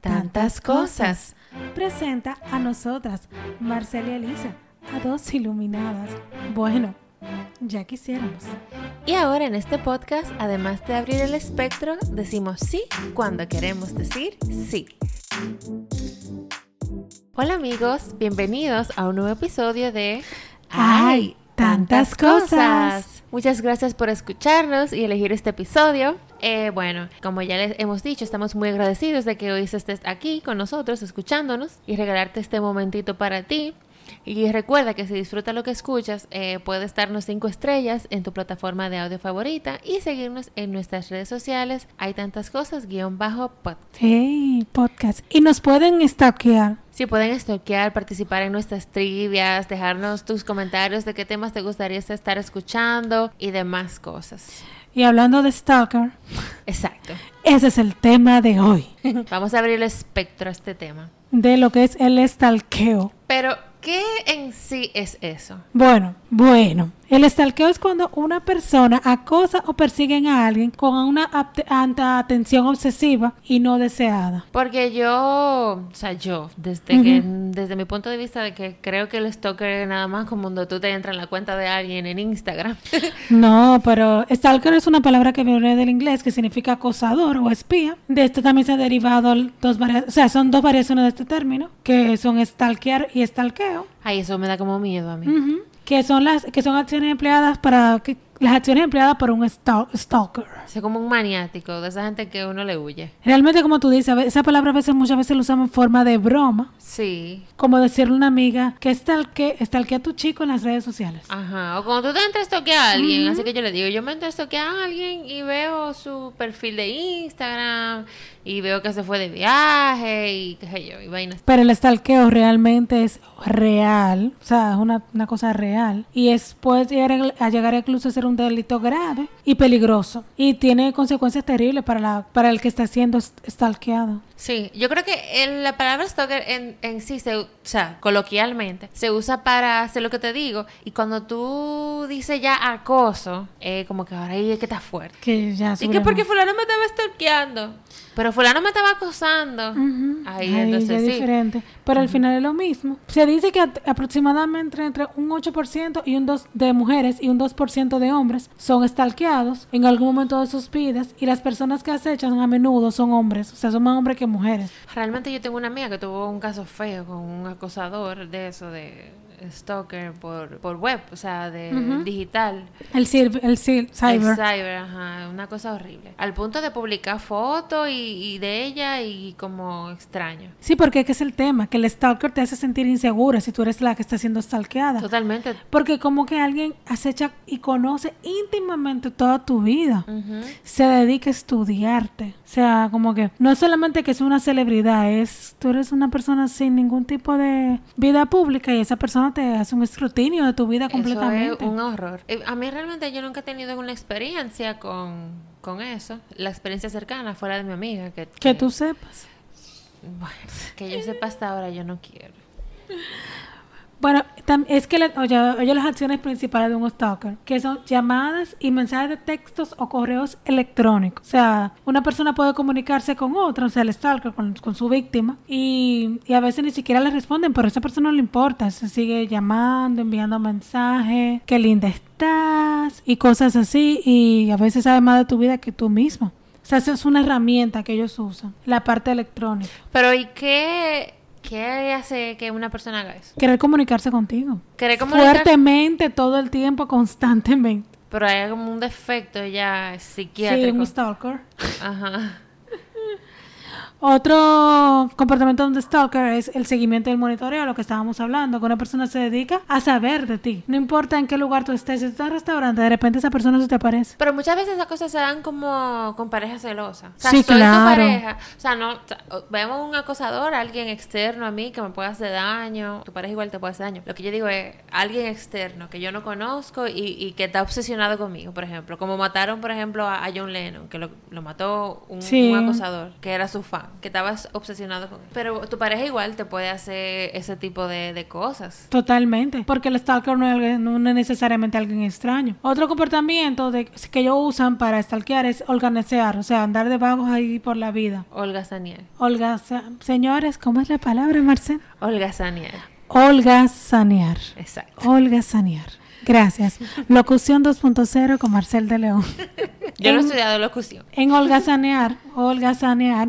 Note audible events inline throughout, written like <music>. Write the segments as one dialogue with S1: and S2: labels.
S1: tantas cosas.
S2: Presenta a nosotras, Marcela y Elisa, a dos iluminadas. Bueno, ya quisiéramos.
S1: Y ahora en este podcast, además de abrir el espectro, decimos sí cuando queremos decir sí. Hola amigos, bienvenidos a un nuevo episodio de
S2: ¡Ay, tantas cosas!
S1: Muchas gracias por escucharnos y elegir este episodio. Eh, bueno, como ya les hemos dicho, estamos muy agradecidos de que hoy estés aquí con nosotros, escuchándonos y regalarte este momentito para ti. Y recuerda que si disfruta lo que escuchas, eh, puedes darnos 5 estrellas en tu plataforma de audio favorita y seguirnos en nuestras redes sociales. Hay tantas cosas, guión bajo pod.
S2: Hey, podcast. Y nos pueden stalkear.
S1: Si pueden estoquear, participar en nuestras trivias, dejarnos tus comentarios de qué temas te gustaría estar escuchando y demás cosas.
S2: Y hablando de stalker,
S1: Exacto.
S2: ese es el tema de hoy,
S1: <laughs> Vamos a abrir el espectro a este tema.
S2: de lo que es el estalqueo.
S1: Pero, ¿qué en sí es eso?
S2: Bueno, bueno, el estalqueo es cuando una persona acosa o persigue a alguien con una apt- ante- atención obsesiva y no deseada.
S1: Porque yo, o sea, yo, desde que, desde mi punto de vista de que creo que el stalker es nada más como cuando tú te entras en la cuenta de alguien en Instagram. <laughs>
S2: No, pero stalker es una palabra que viene del inglés que significa acosador o espía. De esto también se ha derivado l- dos variaciones, o sea, son dos variaciones de este término, que son stalkear y stalkeo,
S1: Ay, eso me da como miedo a mí.
S2: ujú, que son las que son acciones empleadas para que- las acciones empleadas por un stal- stalker.
S1: Soy como un maniático de esa gente que uno le huye.
S2: Realmente como tú dices, a ve- esa palabra a veces muchas veces la usamos en forma de broma,
S1: Sí.
S2: como decirle a una amiga que stalke, stalkea a tu chico en las redes sociales.
S1: Ajá, o cuando tú te entras a alguien, así que yo le digo, yo me entro a alguien y veo su perfil de Instagram y veo que se fue de viaje y qué sé yo, y vainas.
S2: Pero el stalkeo realmente es real, o sea, es una, una cosa real. Y es, puede llegar a, a llegar incluso a ser un delito grave y peligroso. Y tiene consecuencias terribles para, la, para el que está siendo s- stalkeado.
S1: Sí, yo creo que el- la palabra stalker en, en sí, se, u- o sea, coloquialmente, se usa para hacer lo que te digo. Y cuando tú dices ya acoso, eh, como que ahora ahí es que está fuerte.
S2: Que ya
S1: Y que porque fulano me estaba stalkeando, pero fulano me estaba acosando.
S2: Ujú.
S1: Ahí,
S2: Ahí ya
S1: entonces
S2: es
S1: sí.
S2: diferente. Pero al final es lo mismo. Se dice que at- aproximadamente entre un 8% y un 2% de mujeres y un 2% de hombres son stalkeados en algún momento de sus vidas. Y las personas que acechan a menudo son hombres. O sea, son más hombres que mujeres.
S1: Realmente yo tengo una amiga que tuvo un caso feo con un acosador de eso, de stalker por, por web, o sea, de digital.
S2: El, cir- el cir-
S1: El
S2: cyber.
S1: cyber, ajá, una cosa horrible. Al punto de publicar fotos y, y de ella y como extraño.
S2: Sí, porque es que es el tema, que el stalker te hace sentir insegura si tú eres la que está siendo stalkeada.
S1: Totalmente.
S2: Porque como que alguien acecha y conoce íntimamente toda tu vida.
S1: Ujú.
S2: Se dedica a estudiarte. O sea, como que no es solamente que es una celebridad, es tú eres una persona sin ningún tipo de vida pública y esa persona te hace un escrutinio de tu vida completamente.
S1: Eso es un horror. Eh, A mí realmente yo nunca he tenido una experiencia con, con eso. La experiencia cercana fuera de mi amiga. Que,
S2: Que tú sepas.
S1: Bueno, <laughs> que yo sepa hasta ahora, yo no quiero.
S2: Bueno, tam- es que la- oye, oye las acciones principales de un stalker, que son llamadas y mensajes de textos o correos electrónicos. O sea, una persona puede comunicarse con otra, o sea, el stalker con, con su víctima, y, y a veces ni siquiera le responden, pero a esa persona no le importa, se sigue llamando, enviando mensajes, qué linda estás, y cosas así, y a veces sabe más de tu vida que tú mismo. O sea, esa es una herramienta que ellos usan, la parte electrónica,
S1: Pero ¿y qué, qué hace que una persona haga eso?
S2: querer comunicarse contigo.
S1: Querer comunicar-
S2: fuertemente todo el tiempo, constantemente.
S1: Pero hay como un defecto ya
S2: Sí,
S1: psiquiátrico.
S2: un stalker.
S1: Ajá.
S2: Otro comportamiento de un stalker es el seguimiento y el monitoreo, lo que estábamos hablando, que una persona se dedica a saber de ti. No importa en qué lugar tú estés, si tú estás en un restaurante, de repente esa persona se te aparece.
S1: Pero muchas veces esas cosas se dan como con pareja celosa. O sea,
S2: Sí,
S1: soy
S2: claro.
S1: tu pareja. O sea, no, o sea, o- vemos un acosador, alguien externo a mí que me puede hacer daño. Tu pareja igual te puede hacer daño. Lo que yo digo es alguien externo que yo no conozco y, y que está obsesionado conmigo, por ejemplo. Como mataron, por ejemplo, a, a John Lennon, que lo, lo mató un,
S2: Sí.
S1: un acosador, que era su fan. que estabas obsesionado con. Pero tu pareja igual te puede hacer ese tipo de, de cosas.
S2: Totalmente, porque el stalker no es, alguien- no es necesariamente alguien extraño. Otro comportamiento de, que ellos usan para stalkear es organizar, o sea, andar de vagos ahí por la vida.
S1: Olga Saniel.
S2: Olga, señores, ¿cómo es la palabra, Marcel?
S1: Olga Saniel.
S2: Olga sanear.
S1: Exacto.
S2: Olga sanear. Gracias. Locución 2.0 con Marcel de León.
S1: Yo no he
S2: En-
S1: estudiado locución.
S2: En Olga sanear, Olga sanear.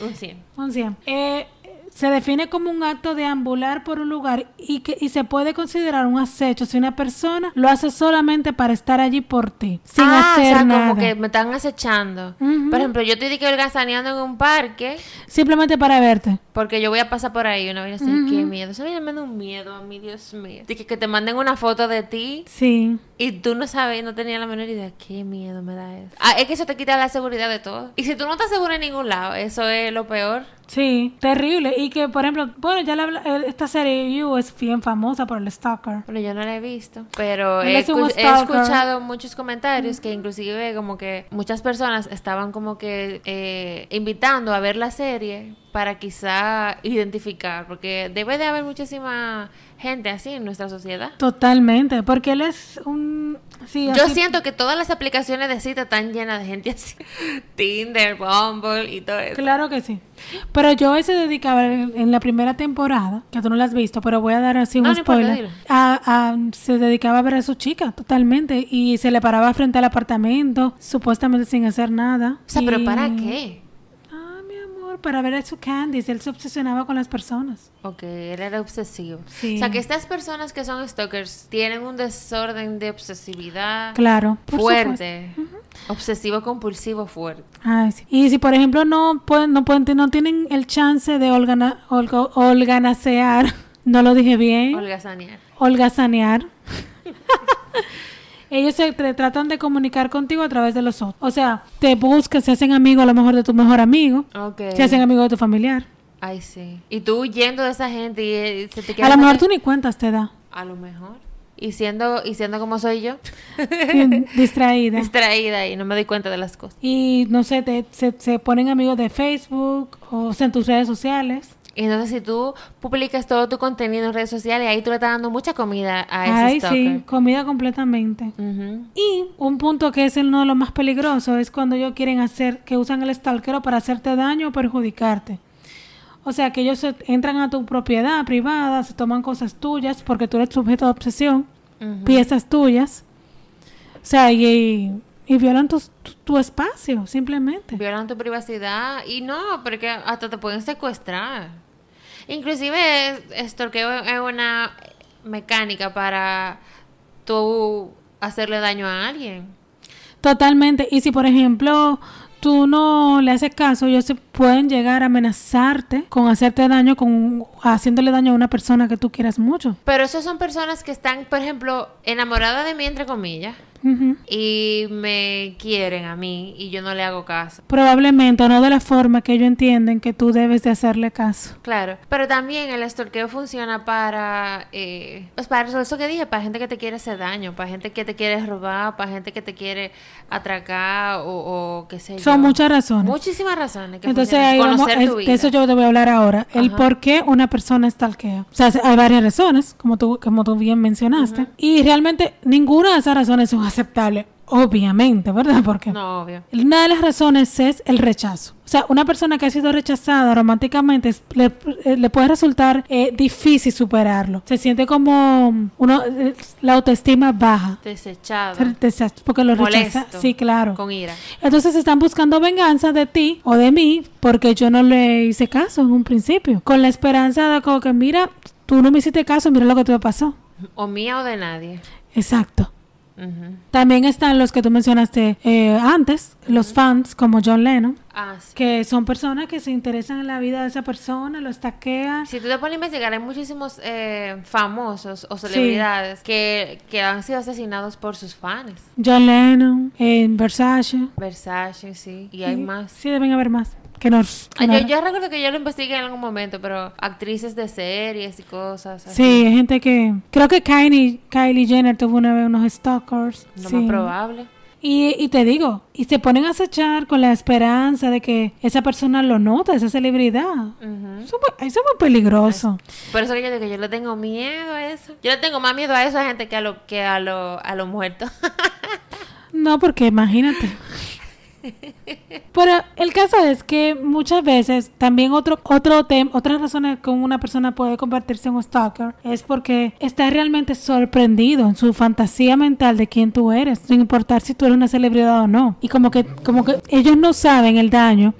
S1: Un 100.
S2: Un cien. Eh, se define como un acto de ambular por un lugar y, que, y se puede considerar un acecho si una persona lo hace solamente para estar allí por ti, sin
S1: ah,
S2: hacer
S1: o sea,
S2: nada.
S1: como que me están acechando.
S2: Ujú.
S1: Por ejemplo, yo estoy de que holgazaneando en un parque
S2: Simplemente para verte.
S1: porque yo voy a pasar por ahí una vez así. Qué miedo. Eso me manda un miedo a mí, Dios mío. De que, que te manden una foto de ti
S2: Sí.
S1: y tú no sabes, no tenías la menor idea. Qué miedo me da eso. Ah, es que eso te quita la seguridad de todo. Y si tú no estás seguro en ningún lado, eso es lo peor.
S2: Sí, terrible. Y que, por ejemplo, bueno, ya la habla- eh, esta serie You es bien famosa por el stalker.
S1: Bueno, yo no la he visto, pero
S2: Él
S1: he,
S2: es un
S1: escu- he
S2: stalker.
S1: escuchado muchos comentarios que inclusive como que muchas personas estaban como que eh, invitando a ver la serie para quizá identificar, porque debe de haber muchísima gente así en nuestra sociedad.
S2: Totalmente, porque él es un... Sí,
S1: Yo
S2: así-
S1: siento que todas las aplicaciones de cita están llenas de gente así. <laughs> Tinder, Bumble y todo eso.
S2: Claro que sí. Pero yo se dedicaba en la primera temporada, que tú no la has visto, pero voy a dar así un
S1: No, no importa,
S2: spoiler.
S1: dilo.
S2: a- a- se dedicaba a ver a su chica totalmente y se le paraba frente al apartamento, supuestamente sin hacer nada.
S1: O sea, pero
S2: y-
S1: ¿para qué?
S2: Ah, mi amor, para ver a su Candice. Él se obsesionaba con las personas.
S1: Ok, él era obsesivo.
S2: Sí.
S1: O sea, que estas personas que son stalkers tienen un desorden de obsesividad.
S2: Claro. por
S1: fuerte. Obsesivo compulsivo fuerte.
S2: Ay, sí. Y si por ejemplo no pueden, no pueden, no tienen el chance de holgana, holgo- holganasear, <laughs> no lo dije bien,
S1: Holgazanear.
S2: holgazanear. <laughs> Ellos se tr- tratan de comunicar contigo a través de los otros. O sea, te buscan, se hacen amigos a lo mejor de tu mejor amigo,
S1: Ok.
S2: se hacen amigos de tu familiar.
S1: Ay, sí. Y tú huyendo de esa gente y eh, se te queda.
S2: A lo
S1: como
S2: mejor
S1: que-
S2: tú ni cuentas te da,
S1: A lo mejor. Y siendo, y siendo como soy yo, <laughs>
S2: Bien distraída.
S1: distraída y no me doy cuenta de las cosas.
S2: Y no sé, te- se, se ponen amigos de Facebook o, sea, en tus redes sociales.
S1: Y entonces si tú publicas todo tu contenido en redes sociales, ahí tú le estás dando mucha comida a ese
S2: Ay,
S1: stalker.
S2: sí, comida completamente.
S1: Ujú.
S2: Y un punto que es el- uno de los más peligrosos es cuando ellos quieren hacer, que usan el stalkero para hacerte daño o perjudicarte. O sea, que ellos se- entran a tu propiedad privada, se toman cosas tuyas porque tú eres sujeto de obsesión,
S1: Ujú.
S2: piezas tuyas. O sea, y, y violan tus- tu, tu espacio, simplemente.
S1: Violan tu privacidad y no, porque hasta te pueden secuestrar. Inclusive es- estorqueo es una mecánica para tú hacerle daño a alguien.
S2: Totalmente. Y si, por ejemplo, tú no le haces caso, ellos se pueden llegar a amenazarte con hacerte daño, con haciéndole daño a una persona que tú quieras mucho.
S1: Pero esas son personas que están, por ejemplo, enamoradas de mí, entre comillas,
S2: Ujú.
S1: y me quieren a mí y yo no le hago caso.
S2: Probablemente, o no de la forma que ellos entienden que tú debes de hacerle caso.
S1: Claro, pero también el estorqueo funciona para, eh, pues para eso- eso que dije, para gente que te quiere hacer daño, para gente que te quiere robar, para gente que te quiere atracar o, o qué sé yo.
S2: Son muchas razones.
S1: Muchísimas razones. Que
S2: Entonces,
S1: funcionan.
S2: ahí vamos-
S1: conocer
S2: es-
S1: tu vida.
S2: de eso yo te voy a hablar ahora. El
S1: Ajá.
S2: por qué una persona stalkea. O sea, hay varias razones, como tú, como tú bien mencionaste. Y realmente ninguna de esas razones son aceptables, obviamente, ¿verdad? Porque
S1: No, obvio.
S2: Una de las razones es el rechazo. O sea, una persona que ha sido rechazada románticamente es- le, eh, le puede resultar eh, difícil superarlo. Se siente como uno, eh, la autoestima baja.
S1: Desechado.
S2: Ser desastre, Porque lo rechaza.
S1: Molesto.
S2: Sí, claro.
S1: Con ira.
S2: Entonces están buscando venganza de ti o de mí porque yo no le hice caso en un principio. Con la esperanza de como que, mira, tú no me hiciste caso, mira lo que te pasó.
S1: O mía o de nadie.
S2: Exacto.
S1: Ujú.
S2: También están los que tú mencionaste eh, antes, los fans como John Lennon.
S1: Ah, sí.
S2: que son personas que se interesan en la vida de esa persona, lo estaquean.
S1: Si tú te pones a investigar, hay muchísimos eh, famosos o celebridades que, que han sido asesinados por sus fans.
S2: John Lennon, en Versace.
S1: Versace, sí. Y hay más.
S2: Sí, deben haber más. Que nos.
S1: Ah,
S2: que
S1: Yo,
S2: nos-
S1: yo recuerdo que yo lo investigué en algún momento, pero actrices de series y cosas. así.
S2: Sí, hay gente que. Creo que Kylie, Kylie Jenner tuvo una vez unos stalkers.
S1: Lo
S2: sí.
S1: más probable.
S2: Y, y te digo, y se ponen a acechar con la esperanza de que esa persona lo nota, esa celebridad.
S1: Ujú.
S2: Eso es muy- eso es muy peligroso.
S1: Por eso que yo digo que yo le tengo miedo a eso. Yo le tengo más miedo a esa gente que a lo que a lo, a los <laughs> muertos.
S2: No, porque imagínate. Pero el caso es que muchas veces también otro otro tem, otras razones que una persona puede convertirse en un stalker es porque está realmente sorprendido en su fantasía mental de quién tú eres, sin importar si tú eres una celebridad o no. Y como que como que ellos no saben el daño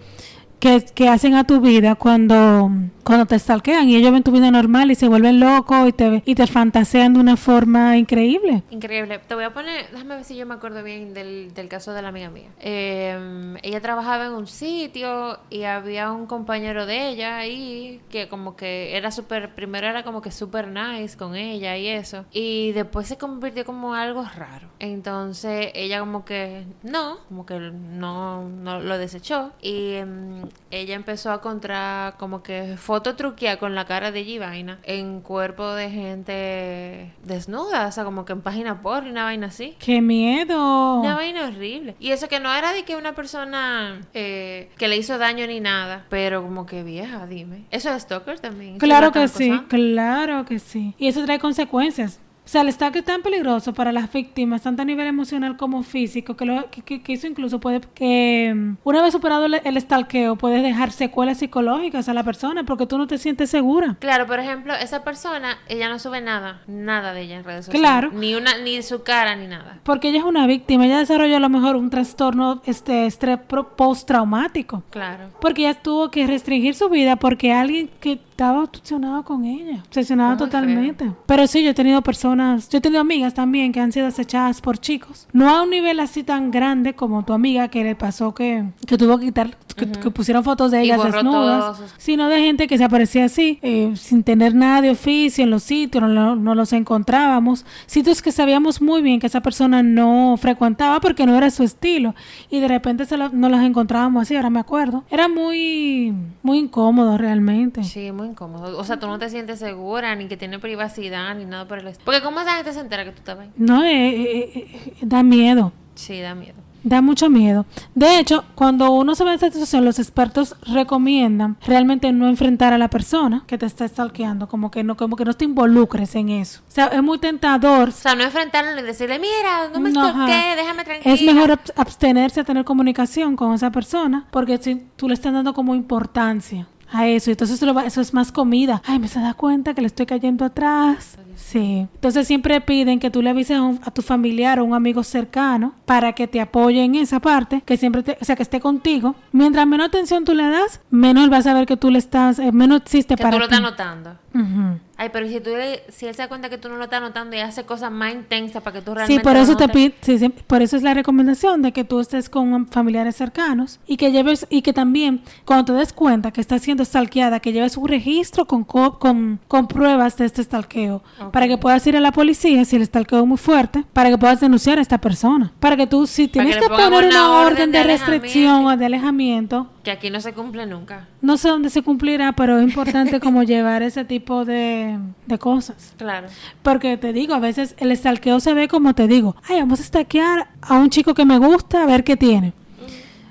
S2: que, que hacen a tu vida cuando, cuando te stalkean y ellos ven tu vida normal y se vuelven locos y te, y te fantasean de una forma increíble.
S1: Increíble. Te voy a poner, déjame ver si yo me acuerdo bien del, del caso de la amiga mía. Eh, ella trabajaba en un sitio y había un compañero de ella ahí que como que era súper, primero era como que súper nice con ella y eso. Y después se convirtió como algo raro. Entonces ella como que no, como que no, no lo desechó. Y em, ella empezó a contra como que foto truquea con la cara de G vaina en cuerpo de gente desnuda, o sea, como que en página por una vaina así.
S2: ¡Qué miedo!
S1: Una vaina horrible. Y eso que no era de que una persona eh, que le hizo daño ni nada, pero como que vieja, dime. Eso es stalker también. eso
S2: Claro
S1: es
S2: que
S1: otra
S2: sí,
S1: cosa.
S2: claro que sí. Y eso trae consecuencias. O sea, el stalker es tan peligroso para las víctimas, tanto a nivel emocional como físico, que, lo, que, que- que eso incluso puede... que mm, una vez superado el, el stalkeo, puedes dejar secuelas psicológicas a la persona porque tú no te sientes segura.
S1: Claro, por ejemplo, esa persona, ella no sube nada, nada de ella en redes sociales.
S2: Claro.
S1: Ni una, ni su cara, ni nada.
S2: Porque ella es una víctima, ella desarrolló a lo mejor un trastorno este, estrés pro- postraumático.
S1: Claro.
S2: Porque ella tuvo que restringir su vida porque alguien que estaba obsesionado con ella, obsesionado
S1: Muy
S2: totalmente. Pero sí, yo he tenido personas, yo he tenido amigas también que han sido acechadas por chicos. No a un nivel así tan grande como tu amiga que le pasó que, que tuvo que quitar, que, que pusieron fotos de
S1: Y
S2: ellas
S1: borró
S2: desnudas,
S1: todos sus-
S2: sino de gente que se aparecía así, eh, sin tener nada de oficio en los sitios, no, lo- no los encontrábamos. Sitios que sabíamos muy bien que esa persona no frecuentaba porque no era su estilo. Y de repente se lo- nos los encontrábamos así, ahora me acuerdo. Era muy, muy incómodo realmente.
S1: Sí, muy incómodo. O sea, tú no te sientes segura, ni que tiene privacidad, ni nada por el estilo. Porque ¿cómo esa gente se entera que tú estabas ahí?
S2: No, eh, eh, eh, da miedo.
S1: Sí, da miedo.
S2: Da mucho miedo. De hecho, cuando uno se ve en esta situación, los expertos recomiendan realmente no enfrentar a la persona que te está stalkeando, como que no, como que no te involucres en eso. O sea, es muy tentador.
S1: O sea, no enfrentarlo y decirle, mira, no me
S2: No, ajá.
S1: toqué, déjame tranquila.
S2: Es mejor ab- abstenerse a tener comunicación con esa persona, porque si tú le estás dando como importancia a eso, y entonces eso, lo va- eso es más comida. Ay, me se da cuenta que le estoy cayendo atrás. Sí. Entonces siempre piden que tú le avises a, un- a tu familiar o un amigo cercano para que te apoye en esa parte, que siempre, te- o sea, que esté contigo. Mientras menos atención tú le das, menos vas a ver que tú le estás, eh, menos existe
S1: Que
S2: para
S1: tú lo
S2: ti.
S1: estás notando.
S2: Ujú.
S1: Ay, pero si tú le- si él se da cuenta que tú no lo estás notando y hace cosas más intensas para que tú realmente
S2: Sí, por
S1: lo
S2: eso te
S1: notes.
S2: pi- sí, sí, por eso es la recomendación de que tú estés con familiares cercanos y que lleves y que también cuando te des cuenta que estás siendo stalkeada, que lleves un registro con co- con, con pruebas de este stalkeo
S1: Ok.
S2: para que puedas ir a la policía si el stalkeo es muy fuerte, para que puedas denunciar a esta persona, para que tú si tienes
S1: que
S2: que,
S1: le pongan
S2: poner una orden de,
S1: alejamiento.
S2: restricción o de alejamiento,
S1: Que aquí no se cumple nunca.
S2: no sé dónde se cumplirá, pero es importante
S1: <laughs>
S2: como llevar ese tipo de, de cosas.
S1: Claro.
S2: Porque te digo, a veces el stalkeo se ve como te digo, ay, vamos a stalkear a un chico que me gusta a ver qué tiene.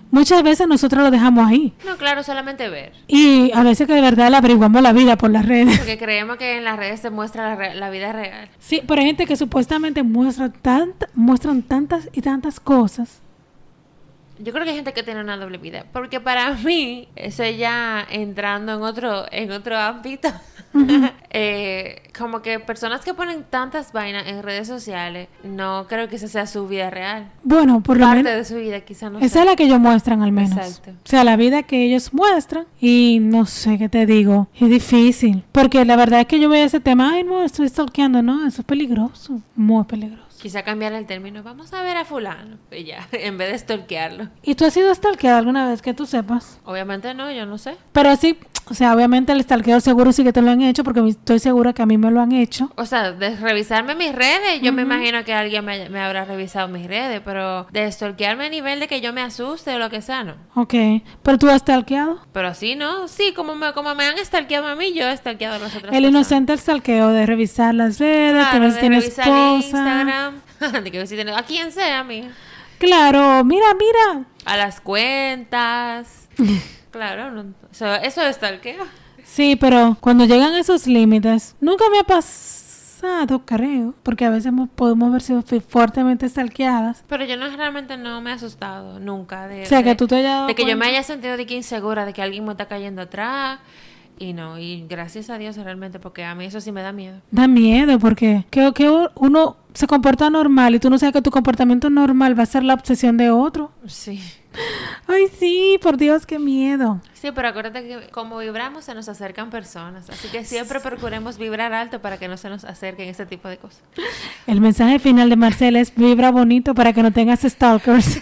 S2: Muchas veces nosotros lo dejamos ahí.
S1: No, claro, solamente ver.
S2: Y a veces que de verdad le averiguamos la vida por las redes.
S1: <laughs> Porque creemos que en las redes se muestra la, re- la vida real.
S2: Sí, pero hay gente que supuestamente muestra tant- muestran tantas y tantas cosas.
S1: Yo creo que hay gente que tiene una doble vida. Porque para <laughs> mí, eso ya entrando en otro, en otro ámbito. <laughs> eh, como que personas que ponen tantas vainas en redes sociales, no creo que esa sea su vida real.
S2: Bueno, por lo
S1: Parte
S2: menos...
S1: de su vida, quizá no
S2: Esa
S1: sea.
S2: es la que ellos muestran al menos.
S1: Exacto.
S2: O sea, la vida que ellos muestran. Y no sé qué te digo. Es difícil. Porque la verdad es que yo veo ese tema. Ay, no, estoy stalkeando. No, eso es peligroso. Muy peligroso.
S1: Quizá cambiar el término. Vamos a ver a fulano. Y ya, <laughs> en vez de stalkearlo.
S2: ¿Y tú has sido stalkeada alguna vez que tú sepas?
S1: Obviamente no, yo no sé.
S2: Pero así, o sea, obviamente el stalkeo seguro sí que te lo han hecho. Porque estoy segura que a mí me lo han hecho.
S1: O sea, de revisarme mis redes, yo me imagino que alguien me, haya- me habrá revisado mis redes, pero de stalkearme a nivel de que yo me asuste o lo que sea, no.
S2: Ok. ¿Pero tú has stalkeado?
S1: Pero sí, ¿no? Sí, como me, como me han stalkeado a mí, yo he stalkeado a las otras
S2: El
S1: personas.
S2: inocente el stalkeo de revisar las redes,
S1: Claro,
S2: que a veces
S1: de
S2: tiene
S1: revisar el
S2: esposa.
S1: <laughs> Instagram. de que ver si tiene- a quien sea, amiga.
S2: Claro, mira, mira.
S1: A las
S2: <laughs>
S1: cuentas. claro, no- o sea, eso es stalkeo.
S2: Sí, pero cuando llegan a esos límites, nunca me ha pasado, creo, porque a veces mo- podemos haber sido fu- fuertemente stalkeadas.
S1: Pero yo no realmente no me he asustado nunca de,
S2: O sea, que
S1: de-
S2: tú te hayas dado
S1: de que yo
S2: cuenta.
S1: me haya sentido de que insegura, de que alguien me está cayendo atrás. Y no, y gracias a Dios realmente, porque a mí eso sí me da miedo.
S2: Da miedo porque que, que uno se comporta normal y tú no sabes que tu comportamiento normal va a ser la obsesión de otro.
S1: Sí.
S2: Ay, sí, por Dios, qué miedo.
S1: Sí, pero acuérdate que como vibramos se nos acercan personas, así que siempre procuremos vibrar alto para que no se nos acerquen este tipo de cosas.
S2: El mensaje final de Marcela es vibra bonito para que no tengas stalkers.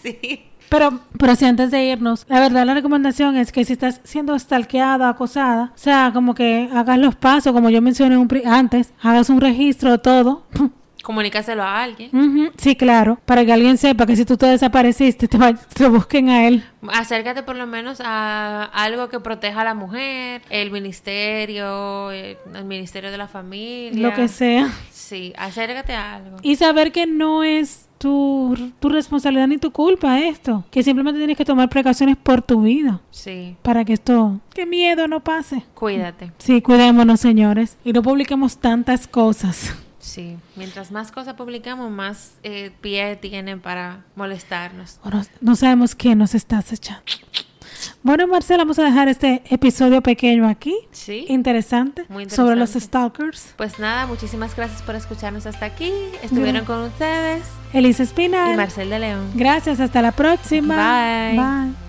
S1: sí.
S2: Pero, pero si antes de irnos, la verdad la recomendación es que si estás siendo stalkeada, acosada, o sea, como que hagas los pasos, como yo mencioné un pri- antes, hagas un registro de todo. <laughs>
S1: Comunícaselo a alguien.
S2: Ujú, Sí, claro, para que alguien sepa que si tú te desapareciste, te, va- te busquen a él.
S1: Acércate por lo menos a algo que proteja a la mujer, el ministerio, el, el ministerio de la familia.
S2: Lo que sea.
S1: Sí, acércate a algo.
S2: Y saber que no es tu, tu responsabilidad ni tu culpa esto, que simplemente tienes que tomar precauciones por tu vida
S1: Sí,
S2: para que esto, que miedo no pase.
S1: cuídate.
S2: Sí, cuidémonos, señores, y no publiquemos tantas cosas.
S1: Sí, mientras más cosas publicamos, más eh, pie tienen para molestarnos.
S2: O no, no sabemos quién nos está acechando. Bueno, Marcela, vamos a dejar este episodio pequeño aquí.
S1: Sí.
S2: Interesante.
S1: Muy interesante.
S2: Sobre los stalkers.
S1: Pues nada, muchísimas gracias por escucharnos hasta aquí. Estuvieron
S2: Gra-
S1: con ustedes
S2: Elisa
S1: y
S2: Espina.
S1: Marcel de León.
S2: Gracias, hasta la próxima.
S1: Bye.
S2: Bye.